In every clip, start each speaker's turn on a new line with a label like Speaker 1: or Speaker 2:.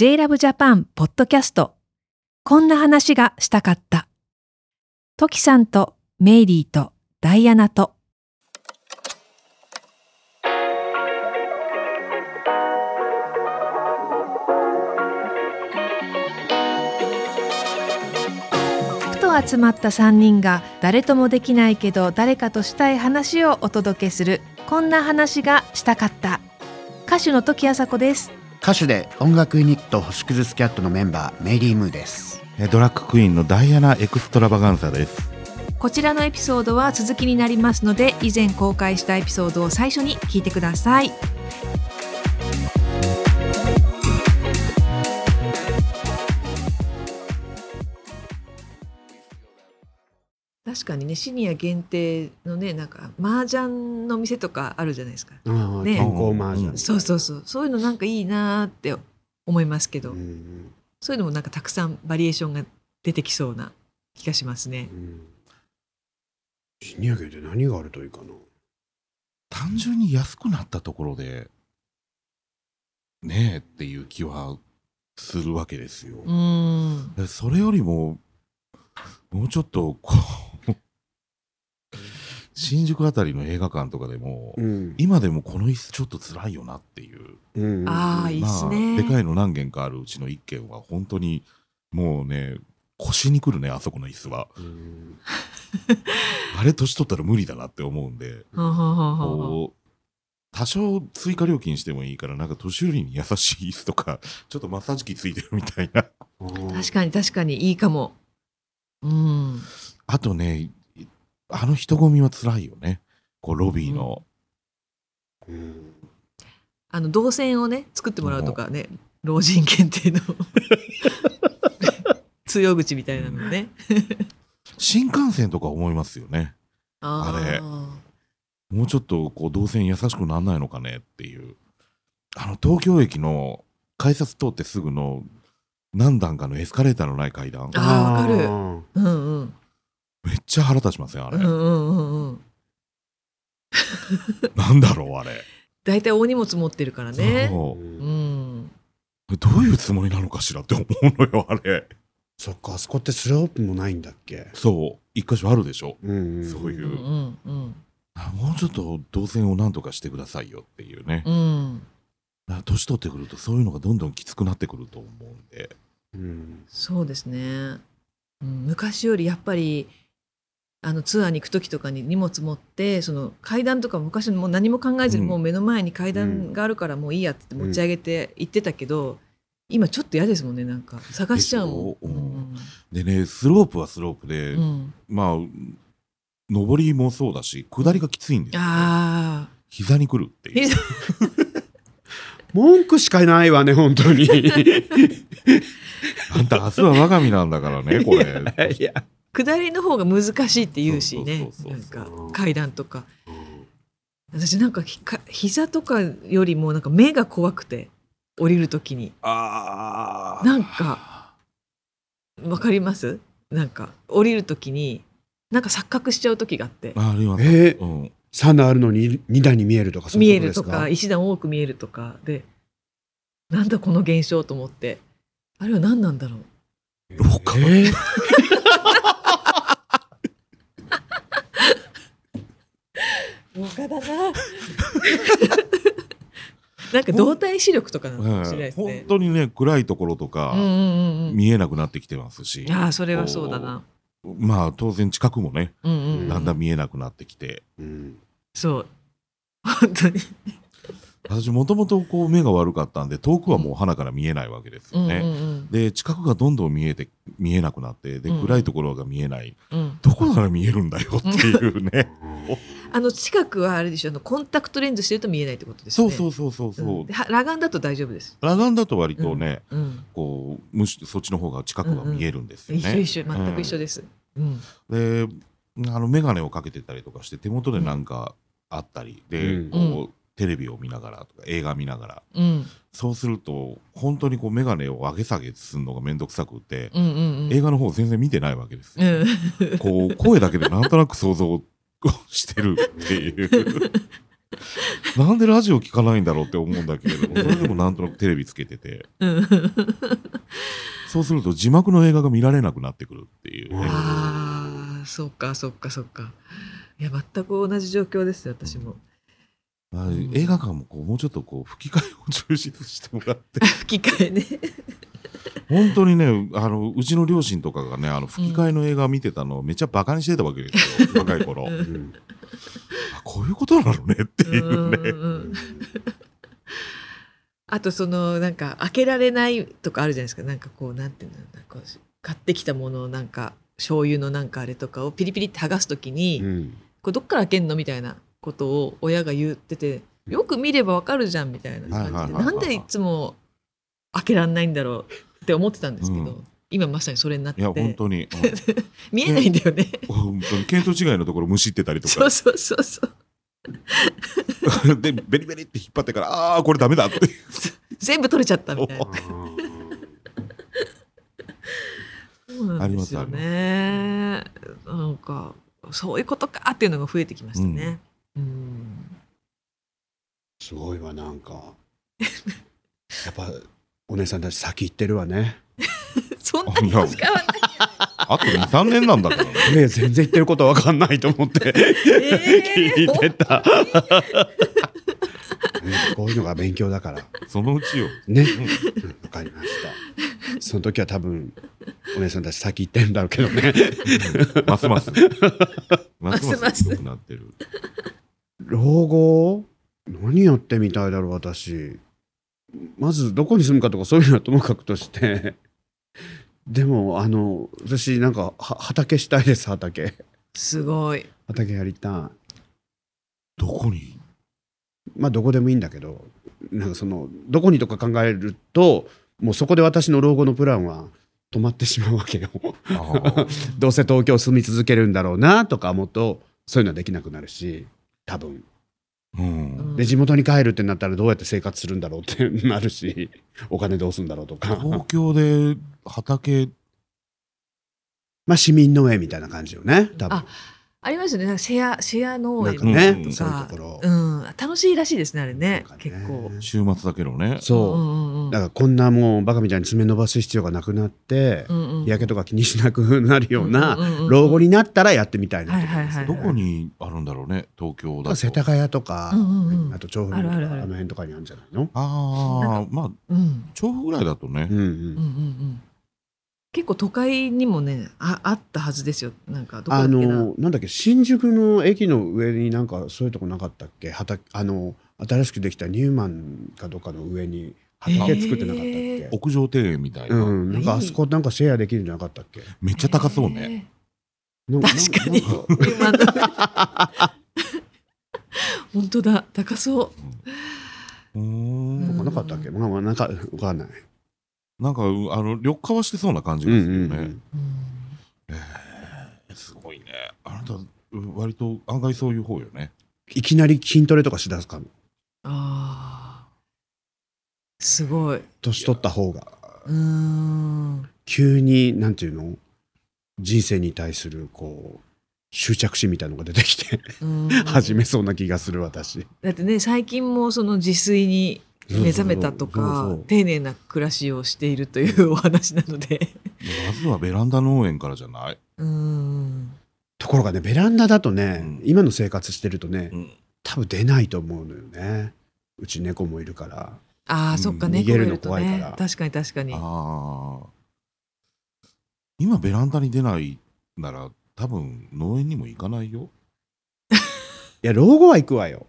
Speaker 1: j l o v e j a p a n ポッドキャストこんな話がしたかったトキさんとメイリーとダイアナとふと集まった3人が誰ともできないけど誰かとしたい話をお届けするこんな話がしたかった歌手の時あさこです
Speaker 2: 歌手で音楽ユニット星屑スキャットのメンバーメイリー・ムーです
Speaker 3: えドラッグクイーンのダイアナ・エクストラバガンサです。
Speaker 1: こちらのエピソードは続きになりますので以前公開したエピソードを最初に聞いてください確かにねシニア限定のねなんか麻雀の店とかあるじゃないですか
Speaker 2: うん
Speaker 1: ね
Speaker 2: 健康マージャン
Speaker 1: そうそうそうそういうのなんかいいなーって思いますけど、
Speaker 2: うん
Speaker 1: そういうのもなんかたくさんバリエーションが出てきそうな気がしますね
Speaker 2: うんシニア系で何があるといいかな
Speaker 3: 単純に安くなったところで、ねえっていう気はするわけですよ。
Speaker 1: うーん
Speaker 3: でそれよりも、もうちょっとこう、新宿あたりの映画館とかでも、
Speaker 2: ん
Speaker 3: 今でもこの椅子ちょっと辛いよなっていう。
Speaker 2: うん
Speaker 1: あーいいっすね
Speaker 3: でかいの何軒かあるうちの1軒は本当にもうね、腰にくるね、あそこの椅子は。
Speaker 2: うん
Speaker 3: あれ年取ったら無理だなって思うんで。
Speaker 1: ほうほうほうほうほう
Speaker 3: こう多少追加料金してもいいからなんか年寄りに優しい椅子とか ちょっとマッサージ機ついてるみたいな
Speaker 1: 確かに確かにいいかも。うん。
Speaker 3: あとねあの人混みは辛いよねこうロビーの、
Speaker 2: うん
Speaker 1: あの動線をね作ってもらうとかね老人限定の 通用口みたいなのね。
Speaker 3: 新幹線とか思いますよね
Speaker 1: あー
Speaker 3: あれもうちょっとこう動線優しくなんないのかねっていうあの東京駅の改札通ってすぐの何段かのエスカレーターのない階段
Speaker 1: あーわかるう
Speaker 2: あ
Speaker 1: んうん
Speaker 3: めっちゃ腹立ちませんあ
Speaker 1: う
Speaker 3: れ、
Speaker 1: んうんうんうん。
Speaker 3: なんだろうあれ、
Speaker 1: 大体大荷物持ってるからね。
Speaker 2: ー
Speaker 3: そ
Speaker 1: う
Speaker 3: う
Speaker 1: んん。
Speaker 3: どういうつもりなのかしらって思うのよあれ
Speaker 2: そっかあそこってスロープもないんだっけ
Speaker 3: そう一箇所あるでしょ
Speaker 2: うんん
Speaker 3: そうい
Speaker 1: うん
Speaker 3: う
Speaker 1: うんうん
Speaker 3: あもうちょっと動線をなんとかしてくださいよっていうね
Speaker 1: う、ん。
Speaker 3: あ年取ってくるとそういうのがどんどんきつくなってくると思うんで
Speaker 2: うん
Speaker 1: そうですね。うん昔よりやっぱりあのツアーに行く時とかに荷物持ってその階段とかも昔もう何も考えずに
Speaker 3: うん
Speaker 1: もう目の前に階段があるからもういいやって持ち上げて行ってたけど、今ちょっと嫌ですもんねなんか探しちゃうもん。
Speaker 3: でしょでねスロープはスロープで、
Speaker 1: うんうん
Speaker 3: まあ上りもそうだし下りがきついんですよ、
Speaker 1: ああ
Speaker 3: 膝にくるっていう
Speaker 1: 膝
Speaker 2: 文句しかないわね本当にい
Speaker 3: あんた明日は我が身なんだか らねこれ
Speaker 2: や
Speaker 1: 下りの方が難しいって言うしね
Speaker 3: そう
Speaker 1: な
Speaker 3: そ
Speaker 1: ん
Speaker 3: うそう
Speaker 1: か
Speaker 2: そう
Speaker 1: 階段とか私なんかひか膝とかよりもなんか目が怖くて降りる時に
Speaker 3: あー
Speaker 1: なんかわかりますなんか降りるときになんか錯覚しちゃう時があって
Speaker 3: ああります、
Speaker 2: えー
Speaker 3: うん、
Speaker 2: 3段あるのに2段に見えるとかそう
Speaker 1: 見
Speaker 2: い
Speaker 1: え
Speaker 2: うこと
Speaker 1: る
Speaker 2: で
Speaker 1: と
Speaker 2: す
Speaker 1: か
Speaker 2: か
Speaker 1: 石段多く見えるとかでなんだこの現象と思ってあれは何なんだろう
Speaker 3: 廊下
Speaker 2: えー
Speaker 1: 廊下だな なんか動体視力とかなのかもしれないです
Speaker 3: 本
Speaker 1: ね。
Speaker 3: 当にね暗いところとか、
Speaker 1: うんうんうん
Speaker 3: 見えなくなってきてますし、
Speaker 1: ああそれはそうだな。
Speaker 3: まあ当然近くもね、
Speaker 1: うんうんうん、
Speaker 3: だんだん見えなくなってきて、
Speaker 2: うん
Speaker 1: そう 本当に、
Speaker 3: 私もともとこう目が悪かったんで、遠くはもう鼻から見えないわけですよね。
Speaker 1: うんうん
Speaker 3: で、近くがどんどん見えて、見えなくなって、で、
Speaker 1: うん
Speaker 3: 暗いところが見えない。
Speaker 1: うんうん、
Speaker 3: どこなら見えるんだよっていう ね。
Speaker 1: あの近くはあれでしょあのコンタクトレンズしてると見えないってことですね。
Speaker 3: そうそうそうそうそう。
Speaker 1: うんでは裸眼だと大丈夫です。
Speaker 3: 裸眼だと割とね、
Speaker 1: うん、
Speaker 3: こう、むしそっちの方が近くは見えるんですよ
Speaker 1: 一
Speaker 3: ね。
Speaker 1: 緒一緒全く一緒です。うん、
Speaker 3: であの眼鏡をかけてたりとかして手元でなんかあったりで、
Speaker 2: うん
Speaker 3: こうテレビを見ながらとか映画見ながら
Speaker 1: うん、
Speaker 3: そうすると本当にこう眼鏡を上げ下げするのが面倒くさくて、
Speaker 1: うん、うん、うん、
Speaker 3: 映画の方全然見てないわけです
Speaker 1: う
Speaker 3: よ、
Speaker 1: ん、
Speaker 3: こう声だけでなんとなく想像をしてるっていうなんでラジオ聞かないんだろうって思うんだけれどもそれでもなんとなくテレビつけてて
Speaker 1: うん
Speaker 3: そうすると字幕の映画が見られなくなってくるっていうね、
Speaker 1: ああそうかそうかそうかいや全く同じ状況ですよ私も
Speaker 3: まあ映画館もこうもうちょっとこう吹き替えを充実してもらって
Speaker 1: 吹き替え ね
Speaker 3: 本当にねあのうちの両親とかがねあの吹き替えの映画見てたのをめっちゃバカにしてたわけですよ、若い
Speaker 1: う
Speaker 3: 頃、
Speaker 1: ん
Speaker 2: うん
Speaker 3: あこういうことなのねっていう
Speaker 1: うんうん
Speaker 3: ね、
Speaker 1: うんあとそのなんか開けられないとかあるじゃないですかなんかこうなんていうんだろうなこう買ってきたものをなんか醤油のなんかあれとかをピリピリって剥がすときに、
Speaker 2: うん
Speaker 1: これどっから開けんのみたいなことを親が言っててよく見ればわかるじゃんみたいな感
Speaker 3: はい
Speaker 1: じ
Speaker 3: はい
Speaker 1: で
Speaker 3: はいはい
Speaker 1: なんでいつも開けられないんだろうって思ってたんですけど、
Speaker 3: うん
Speaker 1: 今まさにそれになっ
Speaker 3: いや本
Speaker 1: て
Speaker 3: 当に、
Speaker 1: 見えないんだよね。
Speaker 3: うん、本当に見当違いのところむしってたりと
Speaker 1: そ
Speaker 3: か
Speaker 1: うそうそうそう
Speaker 3: でベリベリって引っ張ってからああーこれダメだって
Speaker 1: 全部取れちゃったみたいな。そうなんですよね。なんかそういうことかっていうのが増えてきましたね。うん。
Speaker 2: すごいわなんかやっぱお姉さんたち先行ってるわね
Speaker 1: そんなに年変わんない。
Speaker 3: あと23年なんだからね
Speaker 2: ね全然言ってることわかんないと思って、
Speaker 1: えー
Speaker 2: 聞いてたうんこういうのが勉強だから
Speaker 3: そのうちよ
Speaker 2: ねうんわかりましたその時は多分お姉さんたち先行ってるんだろうけどね
Speaker 3: うんますますます
Speaker 1: ますます
Speaker 3: 良くなってる
Speaker 2: 老後何やってみたいだろう私まずどこに住むかとかそういうのはともかくとしてでもあの私なんかは畑したいです畑
Speaker 1: すごい。
Speaker 2: 畑やりたい
Speaker 3: どこに
Speaker 2: まあどこでもいいんだけどなんかそのどこにとか考えるともうそこで私の老後のプランは止まってしまうわけよ
Speaker 3: あー
Speaker 2: どうせ東京住み続けるんだろうなとか思うとそういうのはできなくなるし多分
Speaker 1: う
Speaker 3: う
Speaker 1: んん
Speaker 2: で地元に帰るってなったらどうやって生活するんだろうってなるしお金どうするんだろうとか
Speaker 3: 東京で畑
Speaker 2: まあ市民農園みたいな感じよね多分
Speaker 1: あ、ありますよね。なんかシェアシェア農
Speaker 2: なん
Speaker 1: 園
Speaker 2: かね、
Speaker 3: うん
Speaker 1: と
Speaker 2: そういう
Speaker 1: か
Speaker 2: とこ、ろ、
Speaker 1: うん、楽しいらしいですねあれね
Speaker 2: なんかね
Speaker 1: 結構。
Speaker 3: 週末だけどね
Speaker 2: そう、
Speaker 1: うんうんうん
Speaker 2: だからこんなもうバカみたいに爪伸ばす必要がなくなって、
Speaker 1: うんうん
Speaker 2: 日焼けとか気にしなくなるような、
Speaker 1: んんんん
Speaker 2: 老後になったらやってみたいなところです
Speaker 1: はいはいはい
Speaker 3: どこにあるんだろうね東京だと
Speaker 2: 世田谷とか、
Speaker 1: うんうんうん
Speaker 2: あと調布と
Speaker 1: あ
Speaker 2: か
Speaker 1: る
Speaker 2: あ
Speaker 1: あるある
Speaker 2: の辺とかにあるんじゃないの
Speaker 3: ああまあ
Speaker 1: うんうん
Speaker 3: 調布ぐらいだとね
Speaker 2: うんう
Speaker 1: うんうん
Speaker 2: ん
Speaker 1: うん。結構都会にもねああったはずですよ。なんかどこだ
Speaker 2: あ
Speaker 1: っけな。
Speaker 2: のなんだっけ新宿の駅の上になんかそういうとこなかったっけ畑あの新しくできたニューマンかどっかの上に畑作ってなかったっけ、
Speaker 1: へー
Speaker 3: 屋上庭園みたいな、
Speaker 2: うん、なんかあそこなんかシェアできるんじゃな かったっけ
Speaker 3: めっちゃ高そうね、
Speaker 2: なん
Speaker 1: 確かに
Speaker 2: なん
Speaker 1: えー。今の本当だ高そう。
Speaker 3: うん
Speaker 1: う
Speaker 2: なんんかなかったっけまあまあなんかわかんない、
Speaker 3: なんかうあの緑化はしてそうな感じ
Speaker 2: う
Speaker 3: が
Speaker 2: ん
Speaker 3: す
Speaker 2: う
Speaker 3: るよね、
Speaker 2: んうん、
Speaker 3: えーすごいねあなたう割と案外そういう方よね
Speaker 2: いきなり筋トレとかしだすかも
Speaker 1: ああすごい。う
Speaker 2: 年取った方が
Speaker 1: ーん。
Speaker 2: 急になんていうの人生に対するこう執着心みたいのが出てきて
Speaker 1: うん
Speaker 2: 始めそうな気がする私
Speaker 1: だってね最近もその自炊に目覚めたと
Speaker 2: そう
Speaker 1: か
Speaker 2: そう
Speaker 1: 丁寧な暮らしをしているというお話なので。
Speaker 3: まずはベランダ農園からじゃない、
Speaker 1: うん。
Speaker 2: ところがねベランダだとね、
Speaker 3: うん
Speaker 2: 今の生活してるとね
Speaker 3: うん
Speaker 2: 多分出ないと思うのよねうち猫もいるから
Speaker 1: ああ、そっかね。
Speaker 2: 逃げ
Speaker 1: こ
Speaker 2: る
Speaker 1: うや
Speaker 2: の
Speaker 1: と
Speaker 2: 怖いから
Speaker 1: ね確かに確かに。
Speaker 3: ああ今ベランダに出ないなら多分農園にも行かないよ
Speaker 2: いや老後は行くわ よ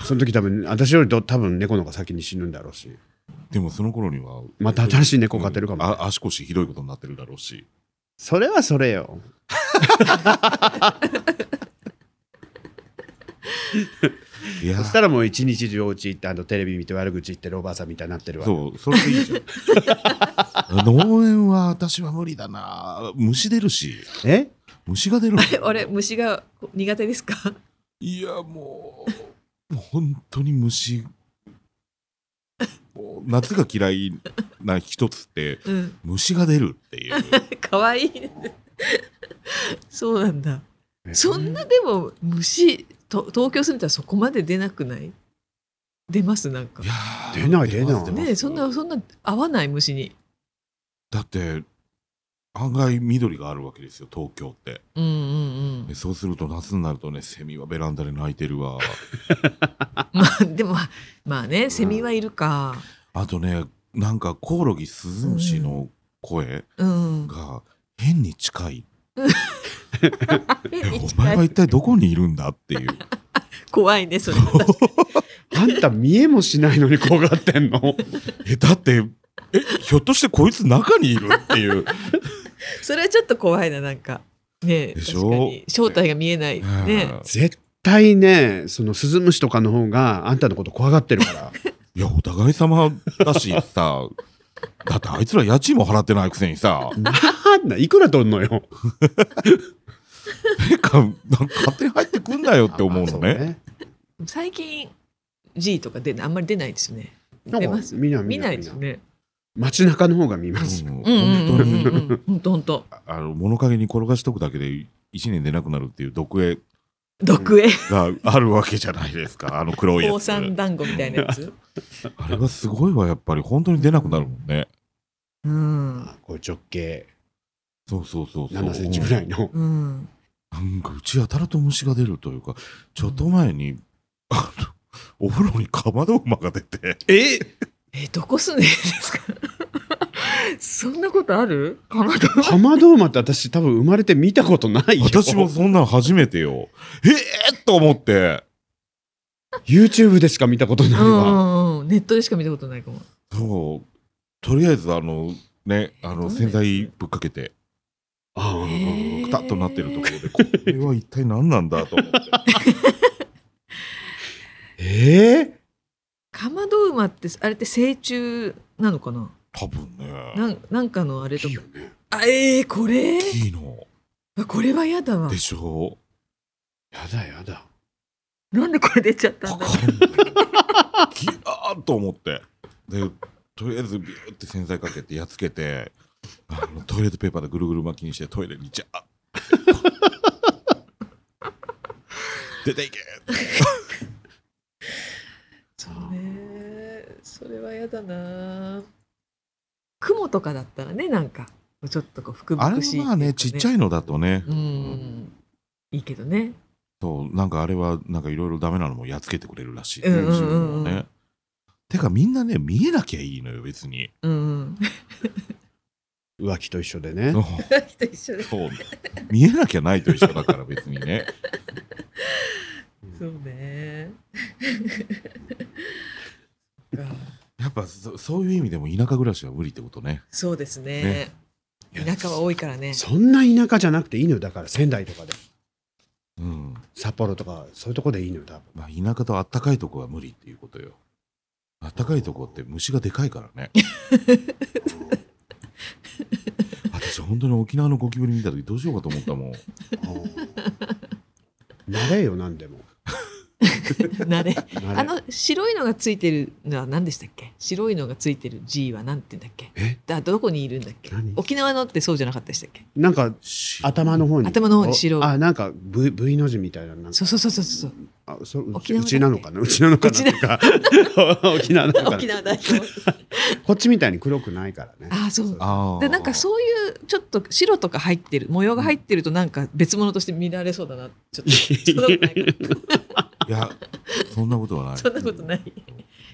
Speaker 2: その時多分私よりと多分猫の方が先に死ぬんだろうし
Speaker 3: でもその頃には
Speaker 2: また新しい猫飼ってるかもね
Speaker 3: あ足腰ひどいことになってるだろうし
Speaker 2: それはそれよ
Speaker 3: いや
Speaker 2: そしたらもう一日中お家行ってあのテレビ見て悪口言ってるおばあさんみたいになってるわ
Speaker 3: そうそれでいいじゃん 農園は私は無理だな虫出るし
Speaker 2: え
Speaker 3: 虫が出るもん
Speaker 1: あれ虫が苦手ですか？
Speaker 3: いやもう本当に虫もう夏が嫌いな一つって
Speaker 1: うん。
Speaker 3: 虫が出るっていう
Speaker 1: 可 愛いね。そうなんだ。そんなでも虫と東京住んでたらそこまで出なくない出ますなんか
Speaker 3: いやー
Speaker 2: 出ない出ない
Speaker 3: ます
Speaker 1: ねえそんなそんな合わない虫に
Speaker 3: だって案外緑があるわけですよ東京って
Speaker 1: うんうんう
Speaker 3: で
Speaker 1: ん
Speaker 3: そうすると夏になるとねセミはベランダで鳴いてるわ
Speaker 1: まあでもまあねセミはいるか
Speaker 3: あとねなんかコオロギスズムシの声
Speaker 1: うん
Speaker 3: が変に近い、えお前は
Speaker 1: 怖い
Speaker 3: 一体どこにいるんだっていう
Speaker 1: 怖いねそれ
Speaker 2: あんた見えもしないのに怖がってん の
Speaker 3: えだってえひょっとしてこいつ中にいるって いう
Speaker 1: それはちょっと怖いななんかねえ
Speaker 3: でし
Speaker 1: 確
Speaker 3: ょ
Speaker 1: かに正体が見えないね
Speaker 2: 絶対ねそのスズムシとかの方があんたのこと怖がってるから
Speaker 3: いやお互い様だしさだってあいつら家賃も払ってないくせにさ
Speaker 2: なんだいくら取んのよ
Speaker 3: てかなんか勝手に入ってくんなよって思うのね
Speaker 1: 最近 G とかであんまり出ないですよね
Speaker 2: そうね
Speaker 1: 出
Speaker 2: なん
Speaker 1: ま
Speaker 2: か
Speaker 1: す
Speaker 2: 見ない
Speaker 1: 見
Speaker 2: 見
Speaker 1: な
Speaker 2: ないい
Speaker 1: ですよね
Speaker 2: 街中の方が見
Speaker 3: う
Speaker 2: ます、
Speaker 3: ん
Speaker 1: うんうん
Speaker 3: 本当に
Speaker 1: うんうん本当本当
Speaker 3: あの物陰に転がしとくだけで1年出なくなるっていう毒絵
Speaker 1: 毒絵
Speaker 3: があるわけじゃないですかあの黒いや
Speaker 1: 高
Speaker 3: つ
Speaker 1: 山
Speaker 3: あ
Speaker 1: 団子みたいなやつ
Speaker 3: れがすごいわやっぱり本当に出なくなるもんね
Speaker 1: うん
Speaker 2: あこう直径
Speaker 3: そうそうそうそう
Speaker 2: 7センチぐらいの
Speaker 1: うん
Speaker 3: なんかうちやたらと虫が出るというかちょっと前に、あのお風呂にかまど馬が出て
Speaker 2: え
Speaker 1: えどこ住んでるんですかそんなことあるかまど
Speaker 2: かまど馬って私多分生まれて見たことないよ
Speaker 3: 私もそんなの初めてよえー、と思って
Speaker 2: YouTube でしか見たことないわ、
Speaker 1: うんうんうんネットでしか見たことないかも
Speaker 3: そうとりあえずあのねあの
Speaker 1: どうです
Speaker 3: 洗剤ぶっかけて
Speaker 2: ああ
Speaker 1: へー
Speaker 3: くたっとなってるところでこれは一体何なんだと思って
Speaker 2: え
Speaker 1: かまど馬ってあれって成虫なのかな
Speaker 3: 多分ね
Speaker 1: なんなんかのあれ
Speaker 2: ー、
Speaker 1: と
Speaker 2: いい
Speaker 1: か
Speaker 2: よね
Speaker 1: あえー、これ
Speaker 3: 大きいの
Speaker 1: あこれはやだわ
Speaker 3: でしょ
Speaker 2: やだやだ
Speaker 1: なんでこれ出ちゃった
Speaker 3: パ
Speaker 1: んだ
Speaker 3: カン ギャーッと思ってでとりあえずビューって洗剤かけてやっつけてあのトイレットペーパーでぐるぐる巻きにしてトイレにジャーッ出ていけ
Speaker 1: そうねそれはやだな雲とかだったらねなんかちょっとこう福
Speaker 3: あれ
Speaker 1: 々しいっていう
Speaker 3: は
Speaker 1: か
Speaker 3: まあねちっちゃいのだとね
Speaker 1: うんいいけどね
Speaker 3: そうなんかあれはなんかいろいろダメなのもやっつけてくれるらしい、
Speaker 1: うんうんうんうん
Speaker 3: 虫のねてかみんなね見えなきゃいいのよ別に
Speaker 1: うんうん
Speaker 2: 浮気と一緒でね
Speaker 3: そう
Speaker 1: 人一緒で
Speaker 3: そう見えなきゃないと一緒だから別にね
Speaker 1: そうねそっか
Speaker 3: やっぱそそういう意味でも田舎暮らしは無理ってことね
Speaker 1: そうですね田舎は多いからね
Speaker 2: そんな田舎じゃなくていいのよだから仙台とかで
Speaker 3: うん
Speaker 2: 札幌とかそういうとこでいいのよ多 分
Speaker 3: まあ、田舎とあったかいとこは無理っていうことよ。あったかいとこって虫がでかいからね。私本当に沖縄のゴキブリ見た時どうしようかと思ったも
Speaker 2: う
Speaker 3: ん。
Speaker 2: んなれよなんでも
Speaker 1: 慣れ
Speaker 2: なれ
Speaker 1: あの白いのがついてるのは何でしたっけ白いのがついてる G は何て言うんだっけ
Speaker 2: え
Speaker 1: だどこにいるんだっけ
Speaker 2: 何
Speaker 1: 沖縄のってそうじゃなかったでしたっけ
Speaker 2: なんか頭の方に
Speaker 1: 頭の方に白い
Speaker 2: おあなんか V, v の字みたいななんか
Speaker 1: そうそうそうそうそう
Speaker 2: あそうう
Speaker 1: 沖
Speaker 2: ち
Speaker 1: 縄
Speaker 2: うちなのかなうちなのかなとか沖縄なのか
Speaker 1: 沖
Speaker 2: な
Speaker 1: 縄代表
Speaker 2: こっちみたいに黒くないからね
Speaker 1: ああそう
Speaker 3: あー
Speaker 1: でなんかそういうちょっと白とか入ってる模様が入ってるとなんか別物として見られそうだなちょっとそんなことないか
Speaker 3: いや、そんなことはない。
Speaker 1: そんなことない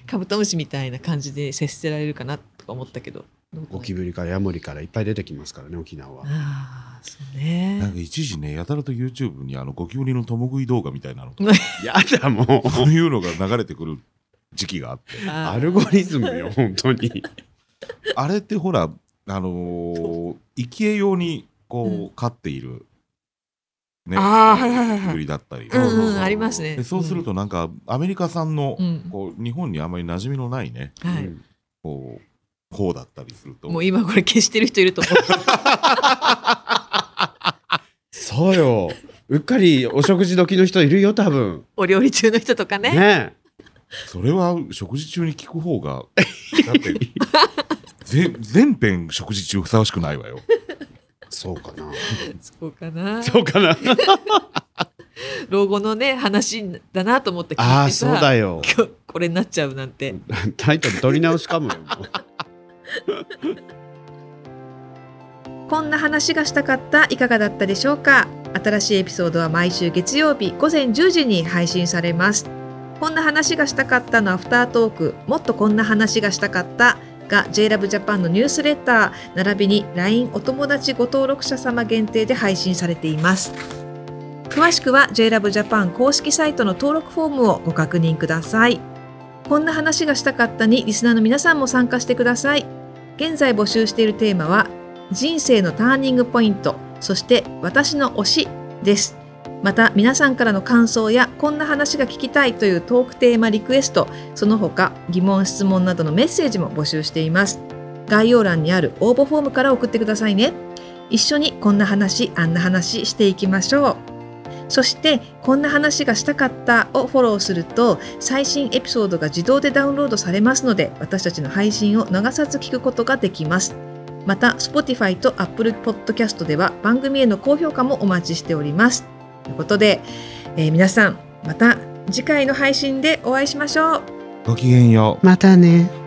Speaker 1: カブトムシみたいな感じで接せられるかなとか思ったけど
Speaker 2: ゴキブリからヤモリからいっぱい出てきますからね沖縄は
Speaker 1: ああそう
Speaker 3: なん
Speaker 1: ね
Speaker 3: か一時ね、やたらと YouTube にあのゴキブリの共食い動画みたいなのとか、
Speaker 2: やだもう
Speaker 3: そういうのが流れてくる時期があって。
Speaker 1: あー
Speaker 2: アルゴリズムよ本当に
Speaker 3: あれってほら、あのー、生き絵用にこう、
Speaker 1: うん
Speaker 3: 飼っている、ね、
Speaker 1: あーはいはいはいはい
Speaker 3: ゴキ ブリだった
Speaker 1: う
Speaker 3: り。
Speaker 1: ん
Speaker 2: そうそう
Speaker 1: う
Speaker 2: そ
Speaker 1: ん
Speaker 2: う
Speaker 1: ありますね
Speaker 3: でそうするとなんかアメリカ産の
Speaker 1: うん
Speaker 3: こう日本にあまり馴染みのないね
Speaker 1: はい
Speaker 2: うん
Speaker 3: こうこうだったりすると
Speaker 1: もう今これ消してる人いると思う
Speaker 2: そうようっかりお食事時の人いるよ多分
Speaker 1: お料理中の人とかね
Speaker 2: ね
Speaker 3: それは食事中に聞く方がだって ぜ全編食事中ふさわしくないわよ
Speaker 2: そうかな
Speaker 1: そうかな
Speaker 2: そうかな
Speaker 4: 老後のね話だなと思って聞いてさ
Speaker 2: ああそう だよ
Speaker 4: 今日これになっちゃうなんて
Speaker 2: タイトル取り直しかもよもう
Speaker 1: こんな話がしたかったいかがだったでしょうか新しいエピソードは毎週月曜日午前10時に配信されますこんな話がしたかったのアフタートークもっとこんな話がしたかったが j l o v e j a p a n のニュースレター並びに LINE お友達ご登録者様限定で配信されています詳しくは j l o v e j a p a n 公式サイトの登録フォームをご確認くださいこんな話がしたかったにリスナーの皆さんも参加してください現在募集しているテーマは人生のターニングポイントそして私の推しですまた皆さんからの感想やこんな話が聞きたいというトークテーマリクエストその他疑問質問などのメッセージも募集しています概要欄にある応募フォームから送ってくださいね一緒にこんな話あんな話していきましょうそして「こんな話がしたかった」をフォローすると最新エピソードが自動でダウンロードされますので私たちの配信を逃さず聞くことができますまた Spotify と Apple Podcast では番組への高評価もお待ちしておりますということで、えー皆さんまた次回の配信でお会いしましょう
Speaker 3: ごきげんよう
Speaker 2: またね